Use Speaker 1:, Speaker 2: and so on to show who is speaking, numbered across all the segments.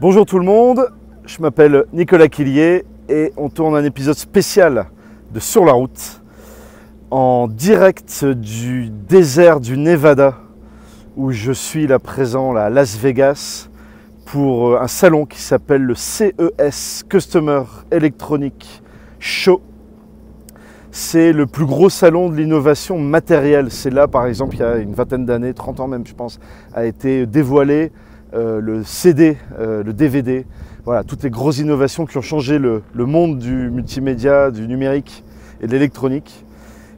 Speaker 1: Bonjour tout le monde, je m'appelle Nicolas Quillier et on tourne un épisode spécial de Sur la route en direct du désert du Nevada où je suis là présent là, à Las Vegas pour euh, un salon qui s'appelle le CES Customer Electronic Show. C'est le plus gros salon de l'innovation matérielle. C'est là, par exemple, il y a une vingtaine d'années, 30 ans même, je pense, a été dévoilé euh, le CD, euh, le DVD. Voilà, toutes les grosses innovations qui ont changé le, le monde du multimédia, du numérique et de l'électronique.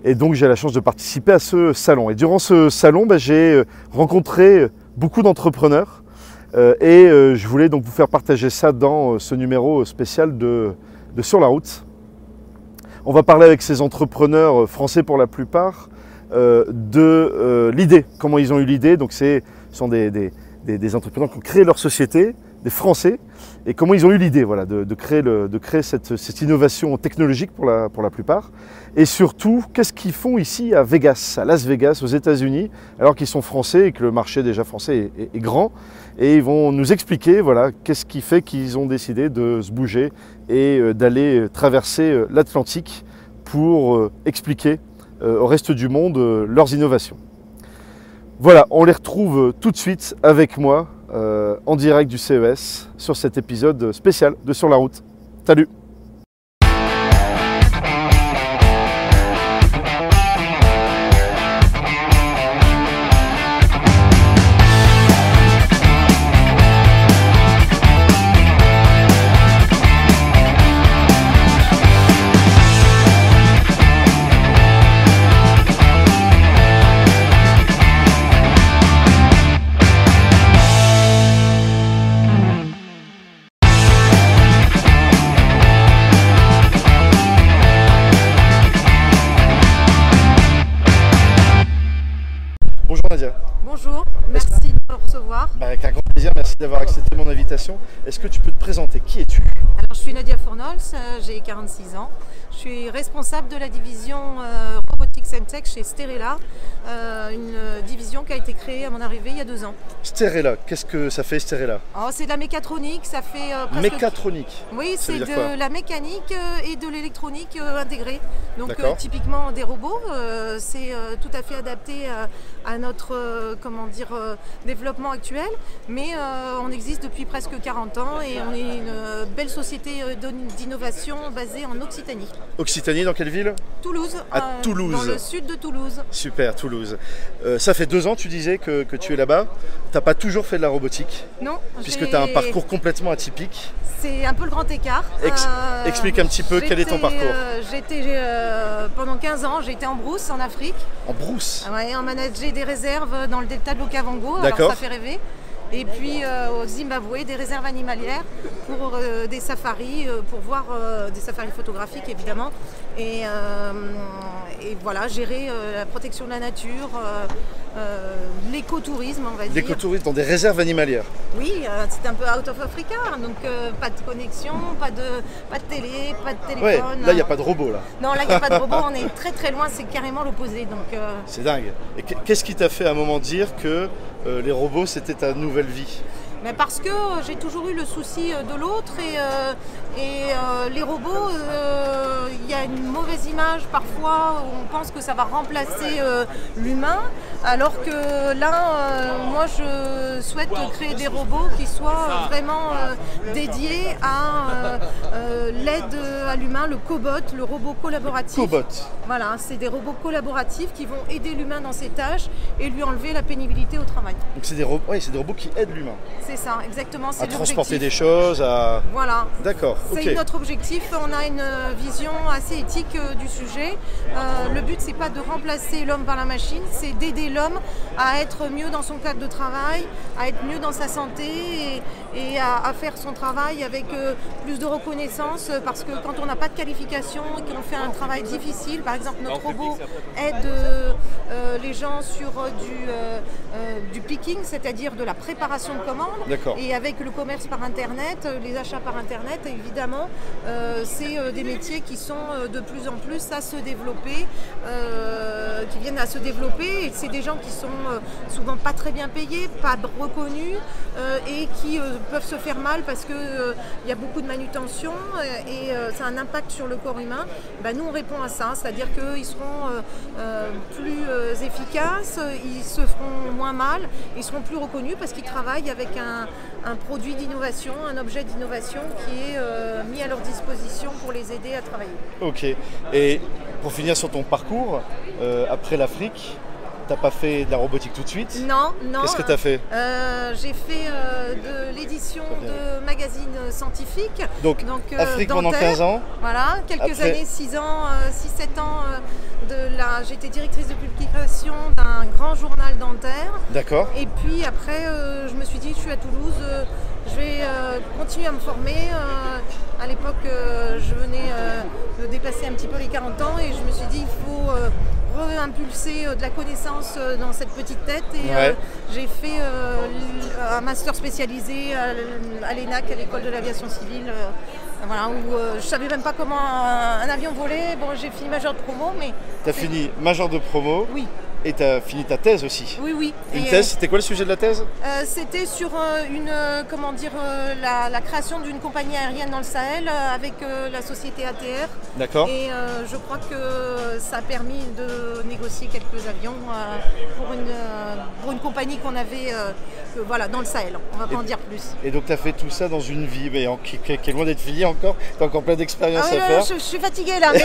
Speaker 1: Et donc, j'ai la chance de participer à ce salon. Et durant ce salon, bah, j'ai rencontré euh, beaucoup d'entrepreneurs. Euh, et euh, je voulais donc vous faire partager ça dans euh, ce numéro spécial de, de, Sur la route. On va parler avec ces entrepreneurs euh, français pour la plupart euh, de euh, l'idée, comment ils ont eu l'idée. Donc ce sont des, des, des, des, entrepreneurs qui ont créé leur société, des Français, et comment ils ont eu l'idée voilà, de, de créer, le, de créer cette, cette, innovation technologique pour la, pour la plupart. Et surtout, qu'est-ce qu'ils font ici à Vegas, à Las Vegas, aux États-Unis, alors qu'ils sont français et que le marché déjà français est, est, est grand et ils vont nous expliquer voilà, qu'est-ce qui fait qu'ils ont décidé de se bouger et euh, d'aller traverser euh, l'Atlantique pour euh, expliquer euh, au reste du monde euh, leurs innovations. Voilà, on les retrouve euh, tout de suite avec moi euh, en direct du CES sur cet épisode euh, spécial de Sur la route. Salut Bah, avec un grand plaisir, merci d'avoir accepté mon invitation. Est-ce que tu peux te présenter Qui es-tu
Speaker 2: Alors, je suis Nadia Fournols, j'ai 46 ans. Je suis responsable de la division euh, Robotics and Tech chez Sterela, euh, une division qui a été créée à mon arrivée il y a deux ans.
Speaker 1: Sterela, qu'est-ce que ça fait Sterela
Speaker 2: oh, C'est de la mécatronique, ça fait euh, presque...
Speaker 1: Mécatronique
Speaker 2: Oui, c'est de la mécanique euh, et de l'électronique euh, intégrée. Donc typiquement des robots, euh, c'est tout à fait adapté euh, à notre euh, comment dire, développement actuel, mais euh, on existe depuis presque 40 ans et on est une euh, belle société d'innovation basée en Occitanie.
Speaker 1: Occitanie, dans quelle ville
Speaker 2: Toulouse.
Speaker 1: À euh, Toulouse.
Speaker 2: Dans le sud de Toulouse.
Speaker 1: Super, Toulouse. Euh, ça fait deux ans, tu disais que, que tu es là-bas. T'as pas toujours fait de la robotique
Speaker 2: Non.
Speaker 1: Puisque tu as un parcours complètement atypique.
Speaker 2: C'est un peu le grand écart. euh,
Speaker 1: Ex euh, explique un petit peu quel est ton parcours.
Speaker 2: j'étais euh, pendant 15 ans, j'étais en brousse en Afrique.
Speaker 1: En brousse
Speaker 2: Ah Ouais, on manageait des réserves dans le delta de l'Okavango. D'accord. Ça fait rêver et puis euh, au Zimbabwe des réserves animalières pour euh, des safaris, euh, pour voir des safaris photographiques évidemment, et, euh, et voilà, gérer euh, la protection de la nature, euh, l'écotourisme on va dire.
Speaker 1: L'écotourisme dans des réserves animalières
Speaker 2: Oui, euh, c'est un peu out of Africa, hein, donc euh, pas de connexion, pas de, pas de télé, pas de téléphone.
Speaker 1: Ouais, là il
Speaker 2: hein.
Speaker 1: n'y a pas de robot là.
Speaker 2: Non, là il n'y a pas de robot, on est très très loin, c'est carrément l'opposé. euh,
Speaker 1: C'est dingue. Et qu'est-ce qui t'a fait à un moment dire que euh, les robots c'était ta nouvelle vie
Speaker 2: mais parce que euh, j'ai toujours eu le souci euh, de l'autre et, euh, et euh, les robots, euh, il y a une mauvaise image parfois, où on pense que ça va remplacer euh, l'humain, alors que là, euh, moi je souhaite créer des robots qui soient euh, vraiment euh, dédiés à euh, l'aide à l'humain, le cobot, le robot collaboratif.
Speaker 1: Le cobot.
Speaker 2: Voilà, c'est des robots collaboratifs qui vont aider l'humain dans ses tâches et lui enlever la pénibilité au travail.
Speaker 1: Donc c'est des, ro ouais, des robots qui aident l'humain.
Speaker 2: C'est ça, exactement.
Speaker 1: À transporter des choses, à.
Speaker 2: Voilà.
Speaker 1: D'accord.
Speaker 2: C'est okay. notre objectif. On a une euh, vision assez éthique euh, du sujet. Euh, le but, c'est pas de remplacer l'homme par la machine, c'est d'aider l'homme à être mieux dans son cadre de travail, à être mieux dans sa santé et, et à, à, faire son travail avec euh, plus de reconnaissance. Parce que quand on n'a pas de qualification et qu'on fait un travail difficile, par exemple, notre robot aide euh, les gens sur du, du picking, c'est-à-dire de la préparation de commandes
Speaker 1: D'accord.
Speaker 2: Et avec le commerce par Internet, euh, les achats par Internet, évidemment, euh, c'est euh, des métiers qui sont euh, de plus en plus à se développer, euh, qui viennent à se développer. Et c'est des gens qui sont euh, souvent pas très bien payés, pas reconnus euh, et qui euh, peuvent se faire mal parce qu'il y a beaucoup de manutention euh, et euh, ça a un impact sur le corps humain. Ben, nous, on répond à ça, c'est-à-dire qu'ils seront euh, euh, plus euh, efficaces, euh, ils se feront moins mal, ils seront plus reconnus parce qu'ils travaillent avec un, un produit d'innovation, un objet d'innovation qui est euh, mis à leur disposition pour les aider à travailler.
Speaker 1: Ok. Et pour finir sur ton parcours, euh, après l'Afrique, t'as pas fait de la robotique tout de suite
Speaker 2: Non, non.
Speaker 1: Qu'est-ce que t'as fait
Speaker 2: euh, J'ai fait euh, de l'édition de magazines scientifiques.
Speaker 1: Donc,
Speaker 2: Donc, euh,
Speaker 1: Afrique pendant
Speaker 2: dentaire.
Speaker 1: 15 ans,
Speaker 2: Voilà, quelques
Speaker 1: Après-
Speaker 2: années, 6 ans, 6-7 ans euh, de la. J'étais directrice de publication d'un grand journal dentaire.
Speaker 1: d'accord
Speaker 2: Et puis après, euh, je me suis dit, je suis à Toulouse, euh, je vais euh, continuer à me former. Euh, à l'époque, euh, je venais euh, de dépasser un petit peu les 40 ans et je me suis dit, il faut euh, réimpulser euh, de la connaissance euh, dans cette petite tête. Et euh,
Speaker 1: Ouais.
Speaker 2: j'ai fait euh, l- un master spécialisé à l- à l'ENAC, à l'école de l'aviation civile. euh, voilà, où euh, je savais même pas comment un, un avion volait. Bon, j'ai fini majeure de promo, mais
Speaker 1: T'as fini major de promo
Speaker 2: oui,
Speaker 1: et t'as fini ta thèse aussi.
Speaker 2: oui, oui.
Speaker 1: Une
Speaker 2: Et, euh,
Speaker 1: thèse, c'était quoi le sujet de la thèse
Speaker 2: Euh, C'était sur euh, une, euh, comment dire, euh, la, la création d'une compagnie aérienne dans le Sahel euh, avec euh, la société ATR.
Speaker 1: D'accord.
Speaker 2: Et euh, je crois que ça a permis de négocier quelques avions euh, pour, une, euh, pour une compagnie qu'on avait euh, que, voilà, dans le Sahel. On va pas
Speaker 1: Et-
Speaker 2: en dire plus.
Speaker 1: Et donc t'as fait tout ça dans une vie, mais en- qui, qui- qui est loin d'être finie encore, t'as encore plein d'expériences
Speaker 2: Ah ouais,
Speaker 1: à
Speaker 2: ouais,
Speaker 1: faire.
Speaker 2: je, je suis fatiguée là, mais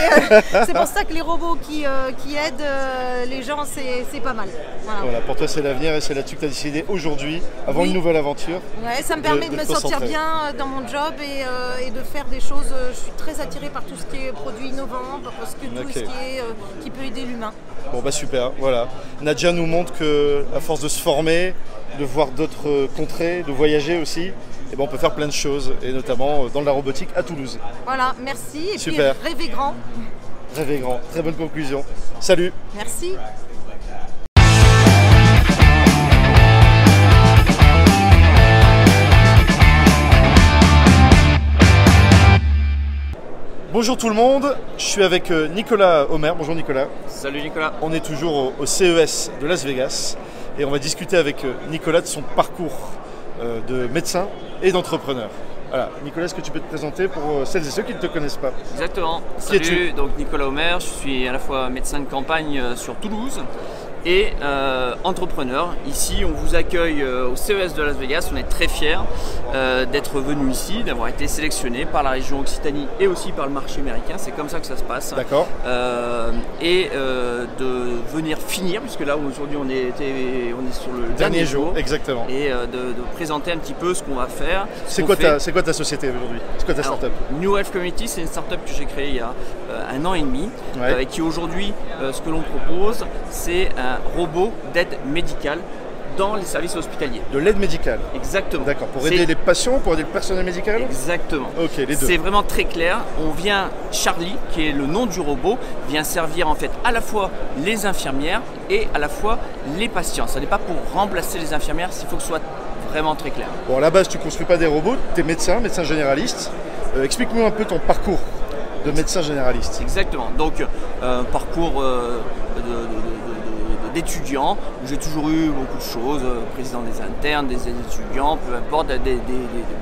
Speaker 2: euh, c'est pour ça que les robots qui, euh, qui aident euh, les gens, c'est c'est pas mal. Voilà.
Speaker 1: Voilà, pour toi c'est l'avenir et c'est là-dessus que t'as décidé aujourd'hui, avant
Speaker 2: Oui.
Speaker 1: une nouvelle aventure.
Speaker 2: Ouais, ça me
Speaker 1: de-
Speaker 2: permet de,
Speaker 1: de
Speaker 2: me
Speaker 1: te
Speaker 2: sentir
Speaker 1: concentrer.
Speaker 2: bien euh, dans mon job et, euh, et de faire des choses. euh, Je suis très attirée par tout ce qui est produit innovant, par ce que tout
Speaker 1: Ok.
Speaker 2: ce qui, est, euh, qui peut aider l'humain.
Speaker 1: Bon bah super, voilà. Nadja nous montre que à force de se former, de voir d'autres euh, contrées, de voyager aussi, eh ben, on peut faire plein de choses, et notamment euh, dans la robotique à Toulouse.
Speaker 2: Voilà, merci. Et
Speaker 1: Super.
Speaker 2: puis rêvez grand.
Speaker 1: Rêvez grand, très bonne conclusion. Salut
Speaker 2: Merci.
Speaker 1: Bonjour tout le monde, je suis avec euh, Nicolas Homer. Bonjour Nicolas.
Speaker 3: Salut Nicolas.
Speaker 1: On est toujours au, au CES de Las Vegas et on va discuter avec euh, Nicolas de son parcours euh, de médecin et d'entrepreneur. Voilà, Nicolas, est-ce que tu peux te présenter pour euh, celles et ceux qui ne te connaissent pas
Speaker 3: Exactement.
Speaker 1: Qui es-tu
Speaker 3: Salut, donc Nicolas Homer, je suis à la fois médecin de campagne euh, sur Toulouse et euh, entrepreneur. Ici, on vous accueille euh, au CES de Las Vegas. On est très fiers euh, d'être venu ici, d'avoir été sélectionné par la région Occitanie et aussi par le marché américain. C'est comme ça que ça se passe.
Speaker 1: D'accord
Speaker 3: Euh, et euh, de venir finir, puisque là aujourd'hui on est, on est sur le dernier, jour.
Speaker 1: Exactement.
Speaker 3: Et euh, de, de présenter un petit peu ce qu'on va faire. ce
Speaker 1: C'est
Speaker 3: qu'on
Speaker 1: quoi,
Speaker 3: fait.
Speaker 1: ta- c'est quoi ta société aujourd'hui C'est quoi ta
Speaker 3: Alors,
Speaker 1: startup
Speaker 3: New Health Community, c'est une startup que j'ai créée il y a euh, un an et demi
Speaker 1: Ouais.
Speaker 3: euh, et qui aujourd'hui, euh, ce que l'on propose, c'est un robot d'aide médicale dans les services hospitaliers.
Speaker 1: De l'aide médicale.
Speaker 3: Exactement.
Speaker 1: D'accord. Pour
Speaker 3: C'est-
Speaker 1: aider les patients, pour aider le personnel médical
Speaker 3: Exactement.
Speaker 1: Ok, les deux.
Speaker 3: C'est vraiment très clair. On vient, Charlie, qui est le nom du robot, vient servir en fait à la fois les infirmières et à la fois les patients. Ce n'est pas pour remplacer les infirmières, il faut que ce soit vraiment très clair.
Speaker 1: Bon, à la base, tu construis pas des robots, tu es médecin, médecin généraliste. Euh, Explique-nous un peu ton parcours de médecin généraliste.
Speaker 3: Exactement. Donc, euh, parcours euh, de- de- de- de- de- d'étudiant, où j'ai toujours eu beaucoup de choses, euh, président des internes, des étudiants, peu importe, des- des- des-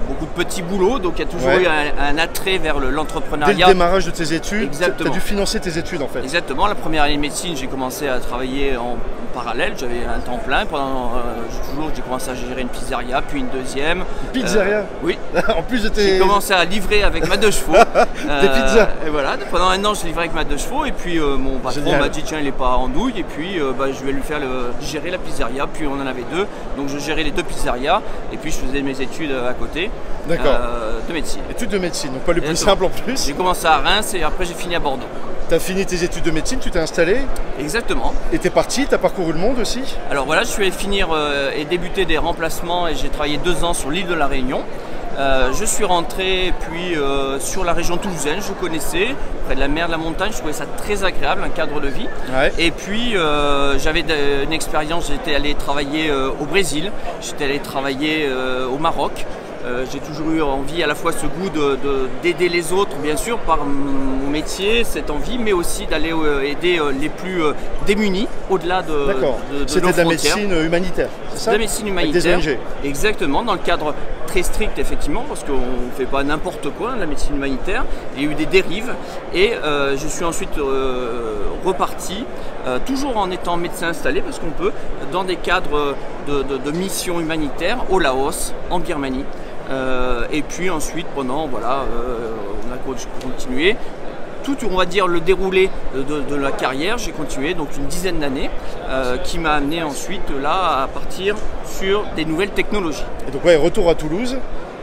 Speaker 3: beaucoup de petits boulots. Donc, il y a toujours
Speaker 1: Ouais.
Speaker 3: eu un, un attrait vers le-
Speaker 1: Dès le
Speaker 3: l'entrepreneuriat.
Speaker 1: démarrage de tes études, tu as
Speaker 3: Exactement.
Speaker 1: dû financer tes études en fait.
Speaker 3: Exactement, la première année de médecine, j'ai commencé à travailler en parallèle, j'avais un temps plein. Pendant, euh, j'ai toujours, j'ai commencé à gérer une pizzeria, puis une deuxième.
Speaker 1: Pizzeria
Speaker 3: Euh, Oui,
Speaker 1: En plus de
Speaker 3: j'ai
Speaker 1: tes.
Speaker 3: commencé à livrer avec ma deux chevaux. Euh,
Speaker 1: pizzas.
Speaker 3: Et voilà, donc pendant un an, je livrais avec ma deux chevaux. Et puis euh, mon patron
Speaker 1: Génial.
Speaker 3: m'a dit tiens, il est pas en douille. Et puis euh, bah, je vais lui faire le- gérer la pizzeria. Puis on en avait deux. Donc je gérais les deux pizzerias. Et puis je faisais mes études euh, à côté
Speaker 1: D'accord.
Speaker 3: euh, de médecine.
Speaker 1: Études de médecine, donc pas le plus
Speaker 3: Exactement.
Speaker 1: simple en plus.
Speaker 3: J'ai commencé à Reims et après j'ai fini à Bordeaux.
Speaker 1: Tu as fini tes études de médecine, tu t'es installé
Speaker 3: Exactement.
Speaker 1: et t'es parti, t'as parcouru le monde aussi
Speaker 3: Alors voilà, je suis allé finir euh, et débuter des remplacements et j'ai travaillé deux ans sur l'île de la Réunion. Euh, je suis rentré puis euh, sur la région toulousaine, je connaissais, près de la mer de la montagne, je trouvais ça très agréable, un cadre de vie.
Speaker 1: Ouais.
Speaker 3: Et puis euh, j'avais de- une expérience, j'étais allé travailler euh, au Brésil, j'étais allé travailler euh, au Maroc. Euh, j'ai toujours eu envie à la fois ce goût de- de- d'aider les autres, bien sûr, par m- mon métier, cette envie, mais aussi d'aller euh, aider euh, les plus euh, démunis au-delà de,
Speaker 1: D'accord.
Speaker 3: de, de
Speaker 1: C'était
Speaker 3: nos
Speaker 1: euh, de la
Speaker 3: frontières.
Speaker 1: médecine humanitaire, c'est
Speaker 3: C'est
Speaker 1: ça
Speaker 3: de la médecine
Speaker 1: Avec des
Speaker 3: humanitaire.
Speaker 1: ONG.
Speaker 3: Exactement, dans le cadre très strict effectivement, parce qu'on ne fait pas n'importe quoi, la médecine humanitaire. Il y a eu des dérives et euh, je suis ensuite euh, reparti, euh, toujours en étant médecin installé, parce qu'on peut, dans des cadres de, de- de missions humanitaires au Laos, en Birmanie. Euh, et puis ensuite, pendant, voilà, euh, on a con- continué. Tout, on va dire, le déroulé de, de la carrière, j'ai continué donc une dizaine d'années, euh, qui m'a amené ensuite là à partir sur des nouvelles technologies.
Speaker 1: Et donc ouais, retour à Toulouse,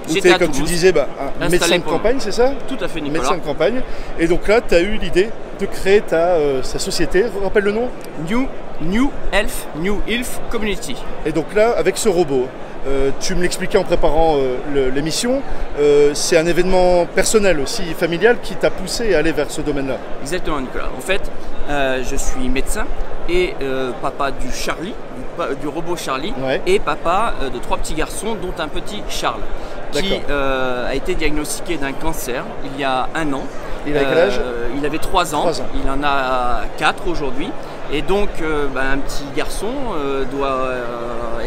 Speaker 1: où
Speaker 3: J'étais
Speaker 1: t'es,
Speaker 3: à
Speaker 1: comme tu
Speaker 3: Toulouse.
Speaker 1: disais, bah, un
Speaker 3: Installé
Speaker 1: médecin de
Speaker 3: pour le-
Speaker 1: campagne, c'est ça
Speaker 3: Tout à fait, Nicolas.
Speaker 1: Médecin de campagne. Et donc là, tu as eu l'idée de créer ta, euh, sa société, rappelle le nom
Speaker 3: New, New Health, New Health Community.
Speaker 1: Et donc là, avec ce robot, euh, tu me l'expliquais en préparant euh, le- l'émission, euh, c'est un événement personnel aussi, familial, qui t'a poussé à aller vers ce domaine-là.
Speaker 3: Exactement, Nicolas. En fait, euh, je suis médecin et euh, papa du Charlie, du, pa- du robot Charlie,
Speaker 1: Ouais.
Speaker 3: et papa euh, de trois petits garçons, dont un petit Charles, qui
Speaker 1: D'accord.
Speaker 3: euh, a été diagnostiqué d'un cancer il y a un an.
Speaker 1: Il a quel âge
Speaker 3: Euh, Il avait 3 ans.
Speaker 1: Trois ans.
Speaker 3: Il en a 4 aujourd'hui. Et donc, euh, ben, un petit garçon euh, doit euh,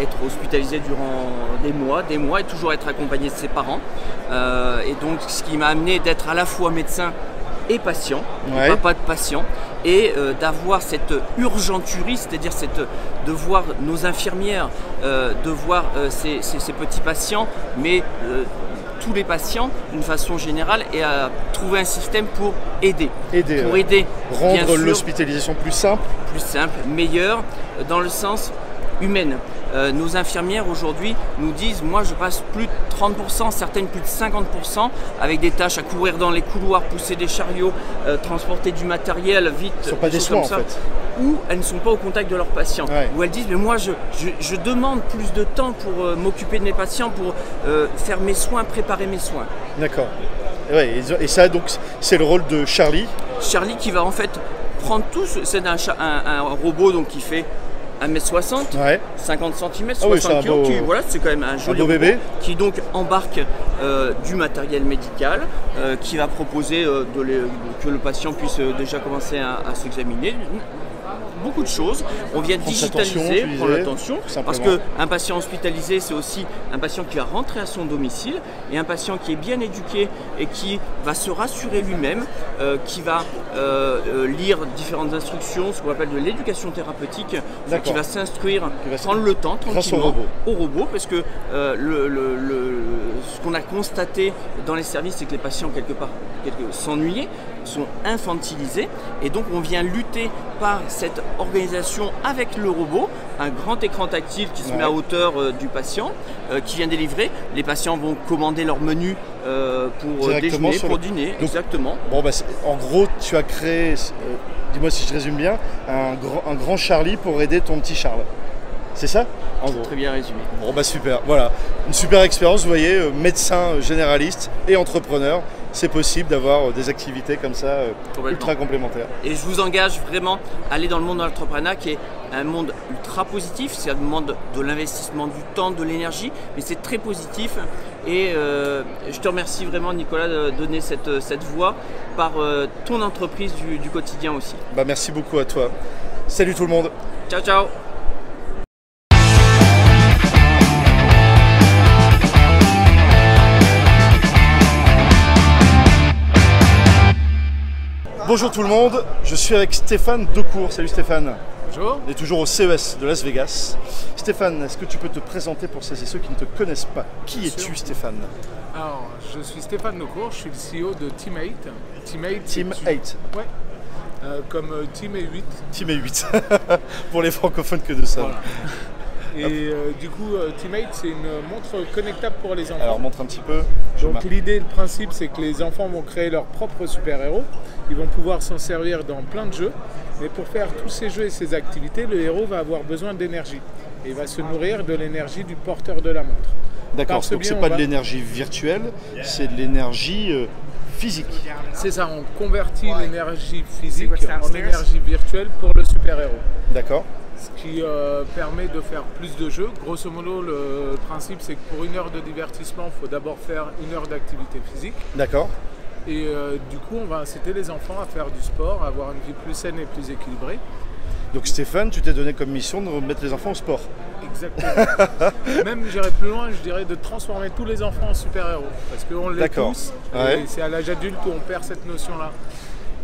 Speaker 3: être hospitalisé durant des mois, des mois, et toujours être accompagné de ses parents. Euh, et donc, ce qui m'a amené d'être à la fois médecin et patient,
Speaker 1: Ouais.
Speaker 3: et papa de patient, et euh, d'avoir cette urgenturie, c'est-à-dire cette, de voir nos infirmières, euh, de voir euh, ces, ces- ces petits patients, mais euh, tous les patients d'une façon générale, et à trouver un système pour aider.
Speaker 1: Aider,
Speaker 3: pour
Speaker 1: ouais.
Speaker 3: aider, bien
Speaker 1: Rendre
Speaker 3: sûr,
Speaker 1: l'hospitalisation plus simple.
Speaker 3: plus simple, meilleur, euh, dans le sens humaine. Euh, nos infirmières aujourd'hui nous disent, moi je passe plus de 30%, certaines plus de 50%, avec des tâches à courir dans les couloirs, pousser des chariots, euh, transporter du matériel vite.
Speaker 1: Ce sont pas des
Speaker 3: choses
Speaker 1: soins en
Speaker 3: comme ça
Speaker 1: fait.
Speaker 3: où elles ne sont pas au contact de leurs patients,
Speaker 1: Ouais.
Speaker 3: où elles disent mais moi je, je- je demande plus de temps pour euh, m'occuper de mes patients, pour euh, faire mes soins, préparer mes soins.
Speaker 1: D'accord. Et, ouais, et- et ça, donc, c'est le rôle de Charlie.
Speaker 3: Charlie qui va en fait prendre tout, ce- c'est un, cha- un- un robot donc qui fait 1m60,
Speaker 1: Ouais.
Speaker 3: 50 cm,
Speaker 1: Ah oui,
Speaker 3: 60
Speaker 1: c'est un
Speaker 3: kg,
Speaker 1: beau-
Speaker 3: qui- voilà, c'est quand même un joli
Speaker 1: beau
Speaker 3: robot
Speaker 1: bébé.
Speaker 3: qui donc embarque euh, du matériel médical, euh, qui va proposer euh, de les- que le patient puisse euh, déjà commencer à, à s'examiner. Beaucoup de choses. On vient
Speaker 1: Prendre sa tension,
Speaker 3: digitaliser,
Speaker 1: tu
Speaker 3: prendre
Speaker 1: disais,
Speaker 3: l'attention,
Speaker 1: tout
Speaker 3: parce
Speaker 1: simplement.
Speaker 3: que un patient hospitalisé, c'est aussi un patient qui va rentrer à son domicile et un patient qui est bien éduqué et qui va se rassurer lui-même, euh, qui va euh, euh, lire différentes instructions, ce qu'on appelle de l'éducation thérapeutique,
Speaker 1: D'accord.
Speaker 3: qui va s'instruire,
Speaker 1: Qui va s-
Speaker 3: prendre le temps
Speaker 1: Grâce au
Speaker 3: tranquillement
Speaker 1: robot.
Speaker 3: au robot, parce que euh, le, le- le- ce qu'on a constaté dans les services, c'est que les patients, quelque part, quelque- s'ennuyaient, sont infantilisés, et donc on vient lutter par cette organisation avec le robot, un grand écran tactile qui se
Speaker 1: Ouais.
Speaker 3: met à hauteur euh, du patient, euh, qui vient délivrer. Les patients vont commander leur menu euh, pour euh,
Speaker 1: Directement
Speaker 3: déjeuner,
Speaker 1: sur
Speaker 3: pour
Speaker 1: le-
Speaker 3: dîner,
Speaker 1: Donc,
Speaker 3: exactement.
Speaker 1: Bon, bah, c'est- en gros, tu as créé, euh, dis-moi si je résume bien, un, grand- un grand Charlie pour aider ton petit Charles. C'est ça En gros.
Speaker 3: Très bien résumé.
Speaker 1: Bon, bah super, voilà. Une super expérience, vous voyez, euh, médecin euh, généraliste et entrepreneur, c'est possible d'avoir euh, des activités comme ça euh,
Speaker 3: Complètement.
Speaker 1: ultra complémentaires.
Speaker 3: Et je vous engage vraiment à aller dans le monde de l'entrepreneuriat qui est un monde ultra positif. Ça demande de l'investissement du temps, de l'énergie, mais c'est très positif. Et euh, je te remercie vraiment, Nicolas, de donner cette, cette voix par euh, ton entreprise du- du quotidien aussi.
Speaker 1: Bah, merci beaucoup à toi. Salut tout le monde
Speaker 3: Ciao, ciao
Speaker 1: Bonjour tout le monde, je suis avec Stéphane Decourt. Salut Stéphane
Speaker 4: Bonjour,
Speaker 1: On est toujours au CES de Las Vegas. Stéphane, est-ce que tu peux te présenter pour celles et ceux qui ne te connaissent pas Qui
Speaker 4: Bien sûr.
Speaker 1: es-tu Stéphane
Speaker 4: alors je suis Stéphane Nocourt, je suis le CEO de Teammate. Teammate,
Speaker 1: Team
Speaker 4: c'est-
Speaker 1: 8,
Speaker 4: Ouais, Euh, comme euh, Team 8.
Speaker 1: Team 8, pour les francophones que de ça.
Speaker 4: Voilà. Et euh, du coup, euh, Teammate, c'est une montre connectable pour les enfants.
Speaker 1: Alors montre un petit peu. Je
Speaker 4: Donc
Speaker 1: marque.
Speaker 4: l'idée, le principe, c'est que les enfants vont créer leur propre super-héros. Ils vont pouvoir s'en servir dans plein de jeux. Mais pour faire tous ces jeux et ces activités, le héros va avoir besoin d'énergie. Et il va se nourrir de l'énergie du porteur de la montre.
Speaker 1: D'accord,
Speaker 4: par ce
Speaker 1: donc
Speaker 4: biais,
Speaker 1: c'est
Speaker 4: on
Speaker 1: pas de
Speaker 4: va-
Speaker 1: l'énergie virtuelle, c'est de l'énergie euh, physique.
Speaker 4: C'est ça, on convertit l'énergie physique en énergie virtuelle pour le super-héros.
Speaker 1: D'accord.
Speaker 4: Ce qui euh, permet de faire plus de jeux. Grosso modo, le principe, c'est que pour une heure de divertissement, il faut d'abord faire une heure d'activité physique.
Speaker 1: D'accord.
Speaker 4: Et euh, du coup, on va inciter les enfants à faire du sport, à avoir une vie plus saine et plus équilibrée.
Speaker 1: Donc Stéphane, tu t'es donné comme mission de remettre les enfants au sport.
Speaker 4: Exactement. Même j'irais plus loin, je dirais de transformer tous les enfants en super-héros. Parce qu'on les
Speaker 1: D'accord.
Speaker 4: tous.
Speaker 1: Ouais.
Speaker 4: Et c'est à l'âge adulte où on perd cette notion-là.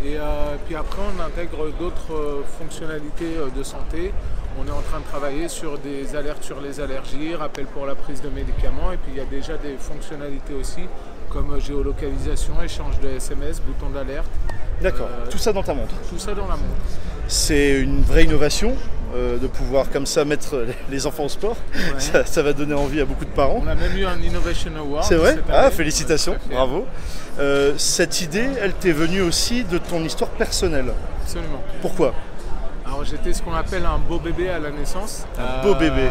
Speaker 4: Et euh, puis après, on intègre d'autres euh, fonctionnalités euh, de santé. On est en train de travailler sur des alertes sur les allergies, rappel pour la prise de médicaments. Et puis il y a déjà des fonctionnalités aussi, comme euh, géolocalisation, échange de SMS, bouton d'alerte.
Speaker 1: D'accord.
Speaker 4: Euh,
Speaker 1: Tout ça dans ta montre.
Speaker 4: Tout ça dans la montre.
Speaker 1: C'est une vraie innovation euh, de pouvoir comme ça mettre les enfants au sport.
Speaker 4: Ouais.
Speaker 1: Ça, ça va donner envie à beaucoup de parents.
Speaker 4: On a même eu un Innovation Award.
Speaker 1: C'est vrai
Speaker 4: cette
Speaker 1: Ah,
Speaker 4: année.
Speaker 1: félicitations,
Speaker 4: Tout à fait.
Speaker 1: bravo. Euh, cette idée, elle t'est venue aussi de ton histoire personnelle.
Speaker 4: Absolument.
Speaker 1: Pourquoi
Speaker 4: Alors j'étais ce qu'on appelle un beau bébé à la naissance. Euh,
Speaker 1: Un beau bébé.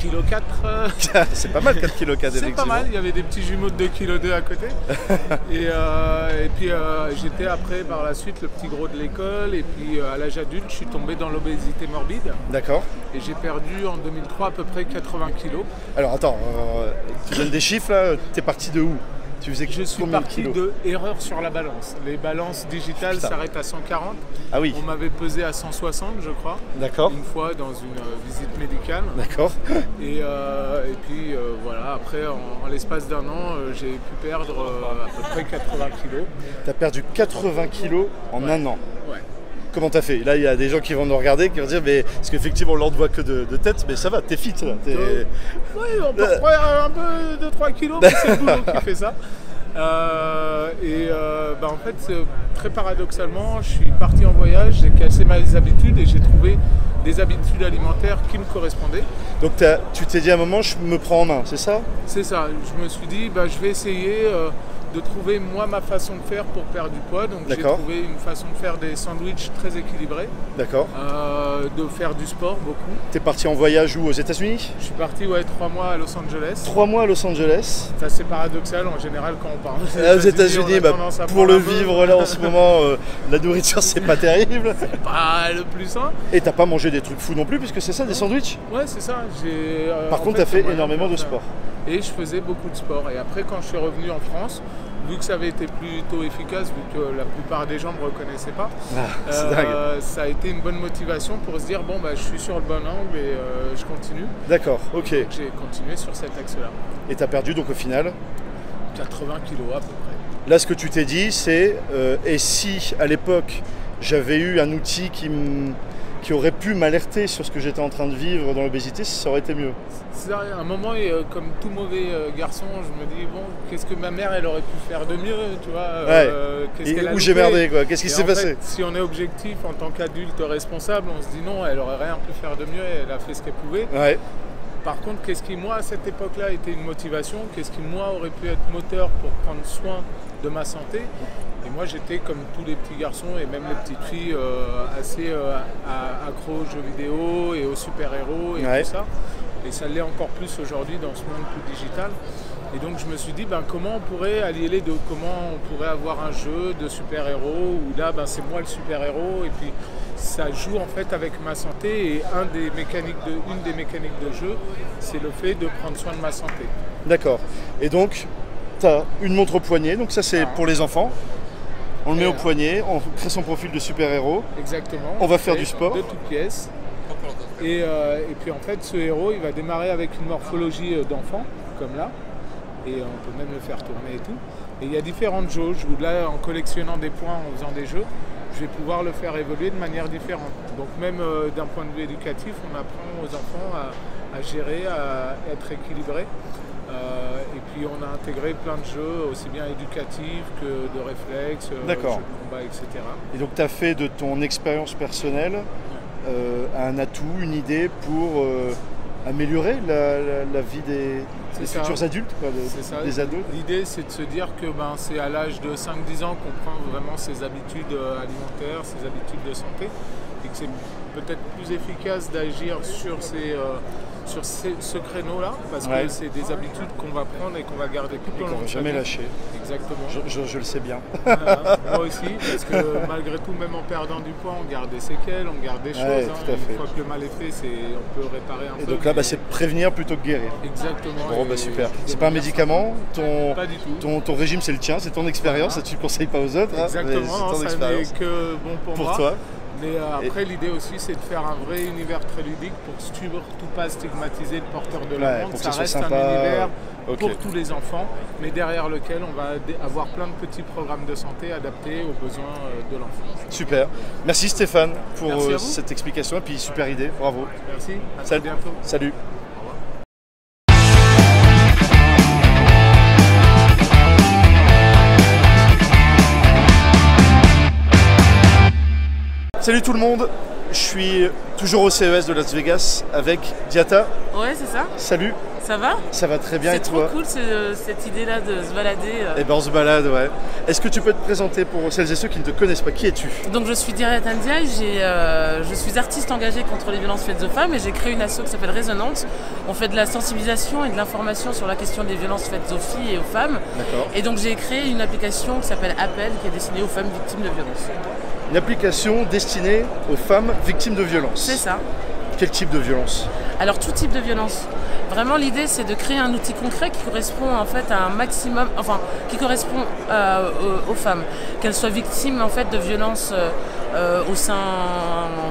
Speaker 4: 4,4 kg.
Speaker 1: C'est pas mal 4 kg
Speaker 4: C'est pas mal, il y avait des petits jumeaux de 2,2 kg à côté. et, euh, et puis euh, j'étais après par la suite le petit gros de l'école. Et puis euh, à l'âge adulte, je suis tombé dans l'obésité morbide.
Speaker 1: D'accord.
Speaker 4: Et j'ai perdu en 2003 à peu près 80 kg.
Speaker 1: Alors attends, euh, tu donnes des chiffres là, t'es parti de où Tu faisais
Speaker 4: Je suis
Speaker 1: combien de
Speaker 4: parti
Speaker 1: kilos
Speaker 4: de erreur sur la balance. Les balances digitales
Speaker 1: Putain.
Speaker 4: s'arrêtent à 140.
Speaker 1: Ah oui,
Speaker 4: On m'avait pesé à 160 je crois,
Speaker 1: d'accord,
Speaker 4: une fois dans une euh, visite médicale.
Speaker 1: d'accord.
Speaker 4: Et, euh, et puis euh, voilà, après en, en l'espace d'un an, euh, j'ai pu perdre euh, à peu près 80 kilos.
Speaker 1: T'as perdu 80 kilos en un an.
Speaker 4: Ouais.
Speaker 1: Comment t'as fait Là, il y a des gens qui vont nous regarder, qui vont dire, mais parce qu'effectivement, on ne voit que de, de tête, mais ça va, t'es fit. Là, t'es-
Speaker 4: Euh, Oui, on peut reprendre un peu 2-3 kilos, mais c'est le boulot qui fait ça. Euh, et euh, bah, en fait, euh, très paradoxalement, je suis parti en voyage, j'ai cassé mes habitudes et j'ai trouvé des habitudes alimentaires qui me correspondaient.
Speaker 1: Donc t'as- tu t'es dit à un moment, je me prends en main, c'est ça
Speaker 4: C'est ça, je me suis dit, bah, je vais essayer euh, de trouver moi ma façon de faire pour perdre du poids. Donc j'ai
Speaker 1: D'accord.
Speaker 4: trouvé une façon de faire des sandwichs très équilibrés,
Speaker 1: D'accord.
Speaker 4: euh, de faire du sport beaucoup.
Speaker 1: T'es parti en voyage où Aux États-Unis
Speaker 4: Je suis parti ouais, trois mois à Los Angeles.
Speaker 1: Trois mois à Los Angeles.
Speaker 4: Ça c'est paradoxal en général quand on parle.
Speaker 1: Ah, Aux
Speaker 4: on
Speaker 1: États-Unis,
Speaker 4: a
Speaker 1: bah,
Speaker 4: tendance à
Speaker 1: pour
Speaker 4: prendre
Speaker 1: le
Speaker 4: un peu.
Speaker 1: vivre là en ce moment, euh, la nourriture c'est pas terrible.
Speaker 4: Pas le plus sain.
Speaker 1: Et t'as pas mangé des trucs fous non plus, puisque c'est ça, des sandwichs
Speaker 4: Ouais, c'est ça. J'ai, euh,
Speaker 1: Par
Speaker 4: en
Speaker 1: contre, t'as fait
Speaker 4: ouais,
Speaker 1: énormément de
Speaker 4: ça.
Speaker 1: sport.
Speaker 4: Et je faisais beaucoup de sport. Et après, quand je suis revenu en France, vu que ça avait été plutôt efficace, vu que la plupart des gens ne me reconnaissaient pas,
Speaker 1: Ah, c'est
Speaker 4: euh, ça a été une bonne motivation pour se dire bon, bah, je suis sur le bon angle et euh, je continue.
Speaker 1: D'accord, ok.
Speaker 4: Donc, j'ai continué sur cet axe-là.
Speaker 1: Et t'as perdu donc au final.
Speaker 4: 80 kilos à peu près.
Speaker 1: Là, ce que tu t'es dit, c'est euh, et si à l'époque j'avais eu un outil qui, m- qui aurait pu m'alerter sur ce que j'étais en train de vivre dans l'obésité, ça aurait été mieux.
Speaker 4: C'est à un moment, et, euh, comme tout mauvais euh, garçon, je me dis bon, qu'est-ce que ma mère, elle aurait pu faire de mieux, tu vois euh, qu'est-ce
Speaker 1: Et
Speaker 4: qu'elle a
Speaker 1: où j'ai
Speaker 4: loupé
Speaker 1: merdé quoi Qu'est-ce qui
Speaker 4: Et
Speaker 1: s'est
Speaker 4: en
Speaker 1: passé
Speaker 4: fait, Si on est objectif en tant qu'adulte responsable, on se dit non, elle aurait rien pu faire de mieux, elle a fait ce qu'elle pouvait.
Speaker 1: Ouais,
Speaker 4: Par contre, qu'est-ce qui, moi, à cette époque-là, était une motivation Qu'est-ce qui, moi, aurait pu être moteur pour prendre soin de ma santé Et moi, j'étais comme tous les petits garçons et même les petites filles, euh, assez euh, à- accro aux jeux vidéo et aux super-héros et
Speaker 1: Ouais.
Speaker 4: tout ça. Et ça l'est encore plus aujourd'hui dans ce monde plus digital. Et donc, je me suis dit, ben, comment on pourrait allier les deux Comment on pourrait avoir un jeu de super-héros où là, ben, c'est moi le super-héros et puis ça joue en fait avec ma santé et un des mécaniques de, une des mécaniques de jeu, c'est le fait de prendre soin de ma santé.
Speaker 1: d'accord. Et donc, t'as une montre au poignet, donc ça c'est
Speaker 4: Ah.
Speaker 1: pour les enfants. On le met
Speaker 4: Et euh,
Speaker 1: au
Speaker 4: là.
Speaker 1: poignet, on crée son profil de super-héros.
Speaker 4: Exactement.
Speaker 1: On va faire
Speaker 4: Et
Speaker 1: du sport.
Speaker 4: De toutes pièces. Et, euh, et puis en fait, ce héros, il va démarrer avec une morphologie euh, d'enfant, comme là. Et euh, on peut même le faire tourner et tout. Et il y a différentes jauges où là, en collectionnant des points, en faisant des jeux, je vais pouvoir le faire évoluer de manière différente. Donc même euh, d'un point de vue éducatif, on apprend aux enfants à, à gérer, à être équilibré. Euh, et puis on a intégré plein de jeux, aussi bien éducatifs que de réflexes, euh, jeux de
Speaker 1: D'accord.
Speaker 4: combat, etc.
Speaker 1: Et donc, tu as fait de ton expérience personnelle euh, un atout, une idée pour euh, améliorer la, la- la vie des,
Speaker 4: C'est
Speaker 1: des
Speaker 4: ça.
Speaker 1: futurs adultes, quoi, de-
Speaker 4: C'est ça.
Speaker 1: des ados.
Speaker 4: L'idée, c'est de se dire que ben, c'est à l'âge de 5-10 ans qu'on prend vraiment ses habitudes euh, alimentaires, ses habitudes de santé, et que c'est peut-être plus efficace d'agir sur, ces, euh, sur ces- ce créneau-là, parce
Speaker 1: Ouais.
Speaker 4: que c'est des habitudes qu'on va prendre et qu'on va garder tout
Speaker 1: Et
Speaker 4: au long
Speaker 1: qu'on
Speaker 4: de
Speaker 1: va
Speaker 4: sa
Speaker 1: jamais
Speaker 4: vie.
Speaker 1: lâcher.
Speaker 4: Exactement.
Speaker 1: Je, je- je le sais bien.
Speaker 4: Voilà. Moi aussi, parce que malgré tout, même en perdant du poids, on garde des séquelles, on garde des
Speaker 1: Ouais,
Speaker 4: choses. hein,
Speaker 1: tout à
Speaker 4: Une
Speaker 1: fait.
Speaker 4: fois que le mal est fait, c'est- on peut réparer un peu.
Speaker 1: Et donc là, bah,
Speaker 4: mais-
Speaker 1: c'est prévenir plutôt que guérir.
Speaker 4: Exactement.
Speaker 1: Bon, bah
Speaker 4: et-
Speaker 1: super.
Speaker 4: de
Speaker 1: C'est pas un
Speaker 4: manière
Speaker 1: médicament, ton,
Speaker 4: Pas du tout.
Speaker 1: ton, ton régime c'est le tien, c'est ton expérience, ça,
Speaker 4: Voilà.
Speaker 1: tu le conseilles pas aux autres. hein, mais
Speaker 4: Exactement, hein,
Speaker 1: c'est ton
Speaker 4: ça
Speaker 1: expérience.
Speaker 4: n'est que bon pour,
Speaker 1: Pour
Speaker 4: moi.
Speaker 1: toi.
Speaker 4: Mais euh, après, l'idée aussi, c'est de faire un vrai univers très ludique pour surtout pas stigmatiser le porteur de la
Speaker 1: Ouais,
Speaker 4: montre.
Speaker 1: pour que
Speaker 4: Ça
Speaker 1: ce soit
Speaker 4: reste
Speaker 1: sympa,
Speaker 4: un univers
Speaker 1: ok.
Speaker 4: pour tous les enfants, mais derrière lequel on va dé- avoir plein de petits programmes de santé adaptés aux besoins euh, de l'enfant.
Speaker 1: Super. Merci Stéphane pour
Speaker 4: Merci à
Speaker 1: euh,
Speaker 4: vous.
Speaker 1: cette explication et puis super idée. Bravo.
Speaker 4: Merci, à très
Speaker 1: Salut.
Speaker 4: bientôt.
Speaker 1: Salut. Salut tout le monde. Je suis toujours au CES de Las Vegas avec Diata.
Speaker 5: Ouais, c'est ça.
Speaker 1: Salut.
Speaker 5: Ça va
Speaker 1: Ça va très bien
Speaker 5: C'est
Speaker 1: et
Speaker 5: trop
Speaker 1: toi
Speaker 5: cool ce- cette idée-là de se balader. euh.
Speaker 1: Eh ben on se balade, ouais. Est-ce que tu peux te présenter pour celles et ceux qui ne te connaissent pas Qui es-tu
Speaker 5: Donc je suis Diarra Tandiaï, j'ai, euh, je suis artiste engagée contre les violences faites aux femmes et j'ai créé une asso qui s'appelle Résonante. On fait de la sensibilisation et de l'information sur la question des violences faites aux filles et aux femmes.
Speaker 1: D'accord.
Speaker 5: Et donc j'ai créé une application qui s'appelle Appel qui est destinée aux femmes victimes de violences.
Speaker 1: Une application destinée aux femmes victimes de violences.
Speaker 5: C'est ça.
Speaker 1: Quel type de violence
Speaker 5: Alors tout type de violence. Vraiment l'idée c'est de créer un outil concret qui correspond en fait à un maximum, enfin qui correspond euh, aux, aux femmes, qu'elles soient victimes en fait de violences euh, euh, au sein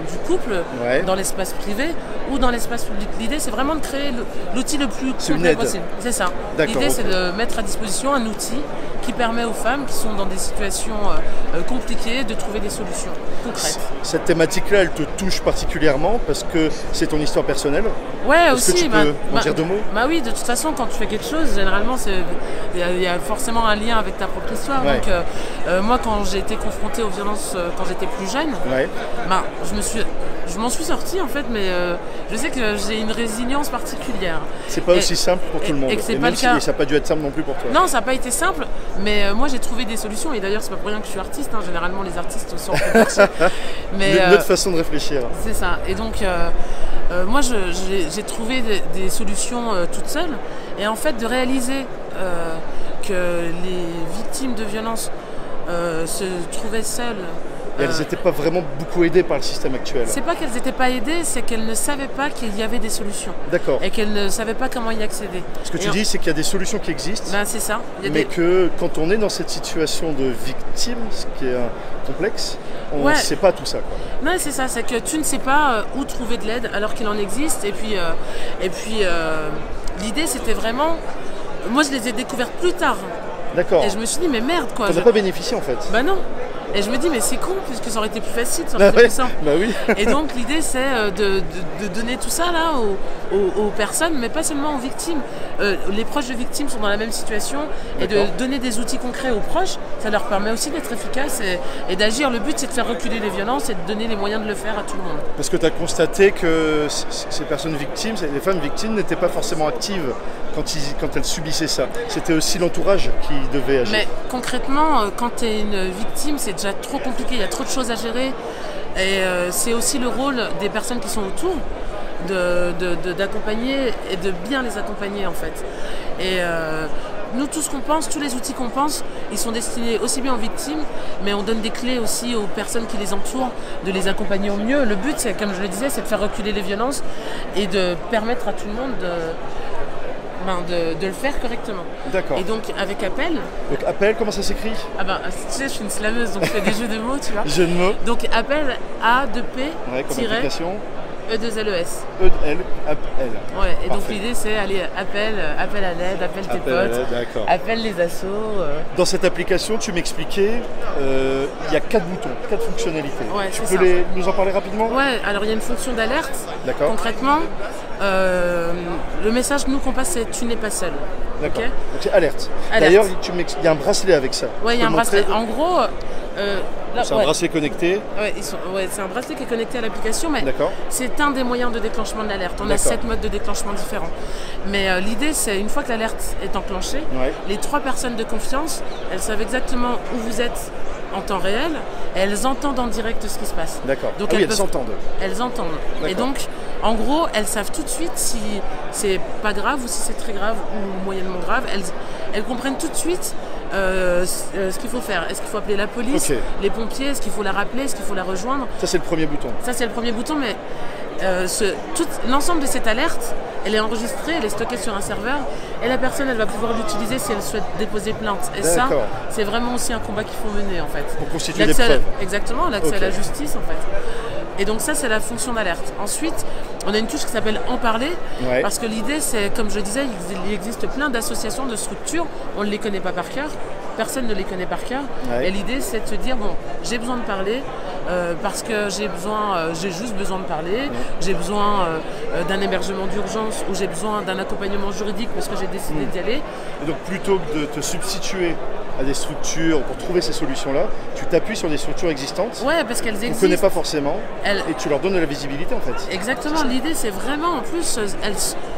Speaker 5: du couple,
Speaker 1: Ouais.
Speaker 5: dans l'espace privé ou dans l'espace public. L'idée c'est vraiment de créer le- l'outil le plus
Speaker 1: C'est une
Speaker 5: complet
Speaker 1: aide.
Speaker 5: possible. C'est ça.
Speaker 1: D'accord,
Speaker 5: L'idée
Speaker 1: ok.
Speaker 5: c'est de mettre à disposition un outil qui permet aux femmes qui sont dans des situations euh, euh, compliquées de trouver des solutions concrètes.
Speaker 1: Cette thématique-là, elle te touche particulièrement parce que c'est ton histoire personnelle.
Speaker 5: Ouais,
Speaker 1: Est-ce
Speaker 5: aussi.
Speaker 1: que tu
Speaker 5: bah-
Speaker 1: peux en
Speaker 5: bah-
Speaker 1: dire deux mots
Speaker 5: Bah oui, de toute façon, quand tu fais quelque chose, généralement, c'est- il y a- il y, a forcément un lien avec ta propre histoire.
Speaker 1: Ouais.
Speaker 5: Donc, euh, euh, moi, quand j'ai été confrontée aux violences euh, quand j'étais plus jeune,
Speaker 1: Ouais.
Speaker 5: bah, je me suis, je m'en suis sortie en fait, mais euh, je sais que j'ai une résilience particulière.
Speaker 1: C'est pas
Speaker 5: Et-
Speaker 1: aussi simple pour
Speaker 5: et-
Speaker 1: tout le monde.
Speaker 5: et que c'est pas
Speaker 1: même
Speaker 5: le
Speaker 1: si-
Speaker 5: cas.
Speaker 1: et ça n'a pas dû être simple non plus pour toi.
Speaker 5: Non, ça n'a pas été simple, mais euh, moi j'ai trouvé des solutions. Et d'ailleurs, c'est pas pour rien que je suis artiste. hein. Généralement, les artistes sont. mais
Speaker 1: N-
Speaker 5: euh,
Speaker 1: Notre façon de réfléchir.
Speaker 5: C'est ça. Et donc, euh, euh, moi, je- j'ai j'ai trouvé des, des solutions euh, toute seule. Et en fait, de réaliser euh, que les victimes de violences euh, se trouvaient seules.
Speaker 1: Et
Speaker 5: euh,
Speaker 1: Elles n'étaient pas vraiment beaucoup aidées par le système actuel.
Speaker 5: c'est pas qu'elles n'étaient pas aidées, c'est qu'elles ne savaient pas qu'il y avait des solutions
Speaker 1: D'accord.
Speaker 5: et qu'elles ne savaient pas comment y accéder.
Speaker 1: Ce que
Speaker 5: Et
Speaker 1: tu
Speaker 5: en-
Speaker 1: dis, c'est qu'il y a des solutions qui existent,
Speaker 5: Ben, c'est ça. Il y a
Speaker 1: mais
Speaker 5: des-
Speaker 1: que quand on est dans cette situation de victime, ce qui est euh, complexe, on ne
Speaker 5: Ouais.
Speaker 1: sait pas tout ça. quoi.
Speaker 5: Ouais, c'est ça, c'est que tu ne sais pas euh, où trouver de l'aide alors qu'il en existe. Et puis, euh, et puis euh, l'idée, c'était vraiment. Moi, je les ai découvertes plus tard.
Speaker 1: D'accord.
Speaker 5: Et je me suis dit, mais merde, quoi.
Speaker 1: On
Speaker 5: je-
Speaker 1: n'a Oh. pas bénéficié en fait.
Speaker 5: Bah non. Et je me dis, mais c'est con, puisque ça aurait été plus facile, ça
Speaker 1: Bah
Speaker 5: aurait été
Speaker 1: ouais.
Speaker 5: plus simple.
Speaker 1: Bah oui.
Speaker 5: Et donc, l'idée, c'est euh, de, de- de donner tout ça là aux, aux- aux personnes, mais pas seulement aux victimes. Euh, les proches de victimes sont dans la même situation. Et de
Speaker 1: D'accord.
Speaker 5: donner des outils concrets aux proches, ça leur permet aussi d'être efficaces et, et d'agir. Le but, c'est de faire reculer les violences et de donner les moyens de le faire à tout le monde.
Speaker 1: Parce que tu as constaté que c- c- ces personnes victimes, ces- les femmes victimes n'étaient pas forcément actives quand, ils- quand elles subissaient ça. C'était aussi l'entourage qui devait agir.
Speaker 5: Mais concrètement, euh, quand tu es une victime, c'est déjà trop compliqué, il y a trop de choses à gérer. Et euh, c'est aussi le rôle des personnes qui sont autour de- de- de- d'accompagner et de bien les accompagner en fait. Et euh, nous, tout ce qu'on pense, tous les outils qu'on pense, ils sont destinés aussi bien aux victimes, mais on donne des clés aussi aux personnes qui les entourent, de les accompagner au mieux. Le but, c'est, comme je le disais, c'est de faire reculer les violences et de permettre à tout le monde de, ben, de- de le faire correctement.
Speaker 1: D'accord.
Speaker 5: Et donc, avec appel,
Speaker 1: Donc appel, comment ça s'écrit
Speaker 5: ah ben, tu sais, je suis une slameuse, donc je fais des jeux de mots, tu vois.
Speaker 1: Jeu de mots.
Speaker 5: Donc appel A de
Speaker 1: Ouais, comme
Speaker 5: P-E2LES.
Speaker 1: application.
Speaker 5: Ouais,
Speaker 1: E de L, app- L.
Speaker 5: et donc
Speaker 1: Parfait.
Speaker 5: l'idée c'est aller appel, euh, appel à l'aide, appel tes
Speaker 1: Appel à l'aide,
Speaker 5: potes,
Speaker 1: d'accord.
Speaker 5: appel les assos. euh.
Speaker 1: Dans cette application, tu m'expliquais, euh, il y a quatre boutons, quatre fonctionnalités.
Speaker 5: Ouais,
Speaker 1: tu
Speaker 5: c'est
Speaker 1: peux
Speaker 5: ça.
Speaker 1: les- nous en parler rapidement
Speaker 5: Ouais, alors il y a une fonction d'alerte.
Speaker 1: D'accord.
Speaker 5: Concrètement, euh, le message nous qu'on passe c'est tu n'es pas seul.
Speaker 1: D'accord.
Speaker 5: Ok.
Speaker 1: Donc c'est alerte.
Speaker 5: Alerte.
Speaker 1: D'ailleurs, tu m'ex- il y a un bracelet avec ça.
Speaker 5: Ouais, il y a un
Speaker 1: Tu peux
Speaker 5: bracelet.
Speaker 1: montrer
Speaker 5: En gros, Euh, là,
Speaker 1: C'est un
Speaker 5: ouais,
Speaker 1: bracelet connecté,
Speaker 5: ouais, ils sont- ouais, c'est un bracelet qui est connecté à l'application, mais
Speaker 1: d'accord
Speaker 5: c'est un des moyens de déclenchement de l'alerte. On a
Speaker 1: D'accord.
Speaker 5: sept modes de déclenchement différents. Mais euh, l'idée, c'est une fois que l'alerte est enclenchée,
Speaker 1: Ouais.
Speaker 5: les trois personnes de confiance, elles savent exactement où vous êtes en temps réel, et elles entendent en direct ce qui se passe.
Speaker 1: D'accord.
Speaker 5: Donc
Speaker 1: ah oui,
Speaker 5: elles
Speaker 1: elles
Speaker 5: peuvent-
Speaker 1: s'entendent.
Speaker 5: Elles entendent.
Speaker 1: D'accord.
Speaker 5: Et donc, en gros, elles savent tout de suite si c'est pas grave ou si c'est très grave ou moyennement grave. Elles, elles comprennent tout de suite euh, ce euh, ce qu'il faut faire. Est-ce qu'il faut appeler la police,
Speaker 1: Ok.
Speaker 5: les pompiers, est-ce qu'il faut la rappeler, est-ce qu'il faut la rejoindre
Speaker 1: Ça, c'est le premier bouton.
Speaker 5: ça, c'est le premier bouton, mais euh, ce- tout- l'ensemble de cette alerte, elle est enregistrée, elle est stockée sur un serveur, et la personne, elle va pouvoir l'utiliser si elle souhaite déposer plainte. Et ça,
Speaker 1: D'accord.
Speaker 5: c'est vraiment aussi un combat qu'il faut mener, en fait.
Speaker 1: Pour constituer des
Speaker 5: L'accès à la-
Speaker 1: preuves.
Speaker 5: Exactement, l'accès
Speaker 1: Ok.
Speaker 5: à la justice, en fait. Et donc ça, c'est la fonction d'alerte. Ensuite, on a une touche qui s'appelle En parler,
Speaker 1: Ouais.
Speaker 5: parce que l'idée, c'est, comme je disais, il- il existe plein d'associations, de structures, on ne les connaît pas par cœur, personne ne les connaît par cœur,
Speaker 1: Ouais.
Speaker 5: et l'idée, c'est de se dire, bon, j'ai besoin de parler, euh, parce que j'ai besoin, euh, j'ai juste besoin de parler, j'ai besoin euh, euh, d'un hébergement d'urgence, ou j'ai besoin d'un accompagnement juridique, parce que j'ai décidé
Speaker 1: Hmm.
Speaker 5: d'y aller,
Speaker 1: Et donc, plutôt que de te substituer à des structures pour trouver ces solutions-là, tu t'appuies sur des structures existantes
Speaker 5: ouais, parce qu'elles
Speaker 1: qu'on ne connaît
Speaker 5: existent.
Speaker 1: pas forcément
Speaker 5: Elles-
Speaker 1: et tu leur donnes de la visibilité, en fait.
Speaker 5: Exactement, l'idée c'est vraiment en plus, euh, elles,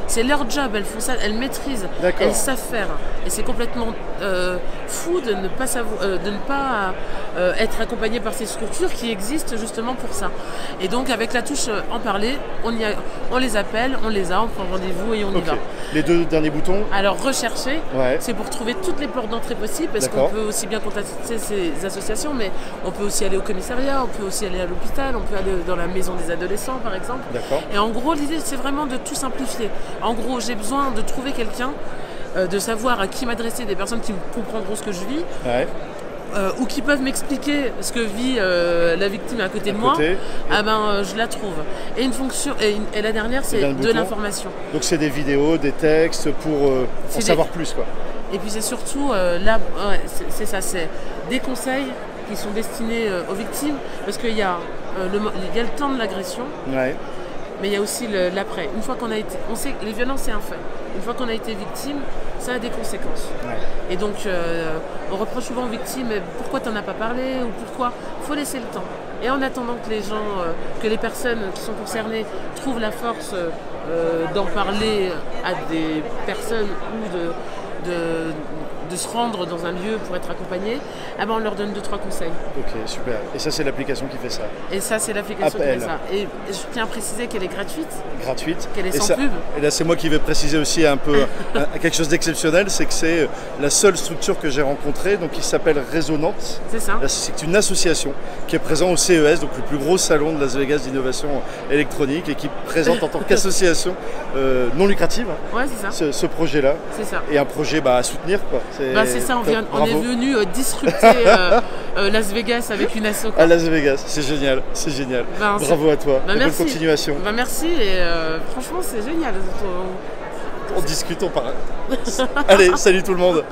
Speaker 5: c'est leur job, elles font ça, elles maîtrisent,
Speaker 1: D'accord.
Speaker 5: elles savent faire. Et c'est complètement euh, fou de ne pas, savoir, euh, de ne pas euh, être accompagné par ces structures qui existent justement pour ça. Et donc avec la touche euh, en parler, on, y a- on les appelle, on les a, on prend rendez-vous et on y
Speaker 1: Ok.
Speaker 5: va.
Speaker 1: Les deux derniers boutons,
Speaker 5: Alors rechercher,
Speaker 1: Ouais.
Speaker 5: c'est pour trouver toutes les portes d'entrée possibles, parce qu'on
Speaker 1: D'accord.
Speaker 5: peut aussi bien contacter ces associations, mais on peut aussi aller au commissariat, on peut aussi aller à l'hôpital, on peut aller dans la maison des adolescents par exemple.
Speaker 1: D'accord.
Speaker 5: Et en gros, l'idée, c'est vraiment de tout simplifier. En gros, j'ai besoin de trouver quelqu'un, euh, de savoir à qui m'adresser, des personnes qui comprendront ce que je vis,
Speaker 1: ouais,
Speaker 5: euh, ou qui peuvent m'expliquer ce que vit euh, la victime à côté de moi.
Speaker 1: côté.
Speaker 5: Ah ben, euh, je la trouve. Et une fonction, et, une- et la dernière,
Speaker 1: Et
Speaker 5: c'est
Speaker 1: dernier
Speaker 5: de
Speaker 1: bouton.
Speaker 5: l'information.
Speaker 1: Donc, c'est des vidéos, des textes pour euh, en
Speaker 5: C'est des-
Speaker 1: savoir plus, quoi.
Speaker 5: Et puis c'est surtout euh, là, ouais, c'est- c'est ça, c'est des conseils qui sont destinés euh, aux victimes, parce qu'il y, a, euh, le mo- il y a le temps de l'agression,
Speaker 1: Ouais.
Speaker 5: Mais il y a aussi le- l'après. Une fois qu'on a été. On sait que les violences, c'est un fait. Une fois qu'on a été victime, ça a des conséquences. Et donc, euh, on reproche souvent aux victimes mais pourquoi t'en as pas parlé ou pourquoi. faut laisser le temps. Et en attendant que les gens, euh, que les personnes qui sont concernées trouvent la force euh, euh, d'en parler à des personnes ou de, de, de se rendre dans un lieu pour être accompagné, ah ben on leur donne deux, trois conseils.
Speaker 1: Ok, super. Et ça, c'est l'application qui fait ça.
Speaker 5: Et ça, c'est l'application qui
Speaker 1: Appel.
Speaker 5: fait ça. Et je tiens à préciser qu'elle est gratuite.
Speaker 1: gratuite.
Speaker 5: Qu'elle est
Speaker 1: et,
Speaker 5: sans pub.
Speaker 1: et là, c'est moi qui vais préciser aussi un peu un- quelque chose d'exceptionnel, c'est que c'est euh, la seule structure que j'ai rencontrée, donc qui s'appelle Résonante.
Speaker 5: C'est ça.
Speaker 1: Là, C'est une association qui est présente au CES, donc le plus gros salon de Las Vegas d'innovation électronique, et qui présente en tant qu'association euh, non lucrative hein,
Speaker 5: Ouais, c'est ça.
Speaker 1: ce, ce projet-là.
Speaker 5: C'est ça.
Speaker 1: Et un projet bah, à soutenir. quoi. C'est
Speaker 5: Bah, c'est ça, on,
Speaker 1: top,
Speaker 5: vient, on est
Speaker 1: bravo.
Speaker 5: venu euh, disrupter euh, euh, Las Vegas avec une asso. quoi.
Speaker 1: À Las Vegas, c'est génial, c'est génial.
Speaker 5: Ben, c'est-
Speaker 1: Bravo à toi,
Speaker 5: Bah,
Speaker 1: et bonne
Speaker 5: merci.
Speaker 1: continuation.
Speaker 5: Bah, merci et euh, franchement c'est génial.
Speaker 1: On discute, on parle. Allez, salut tout le monde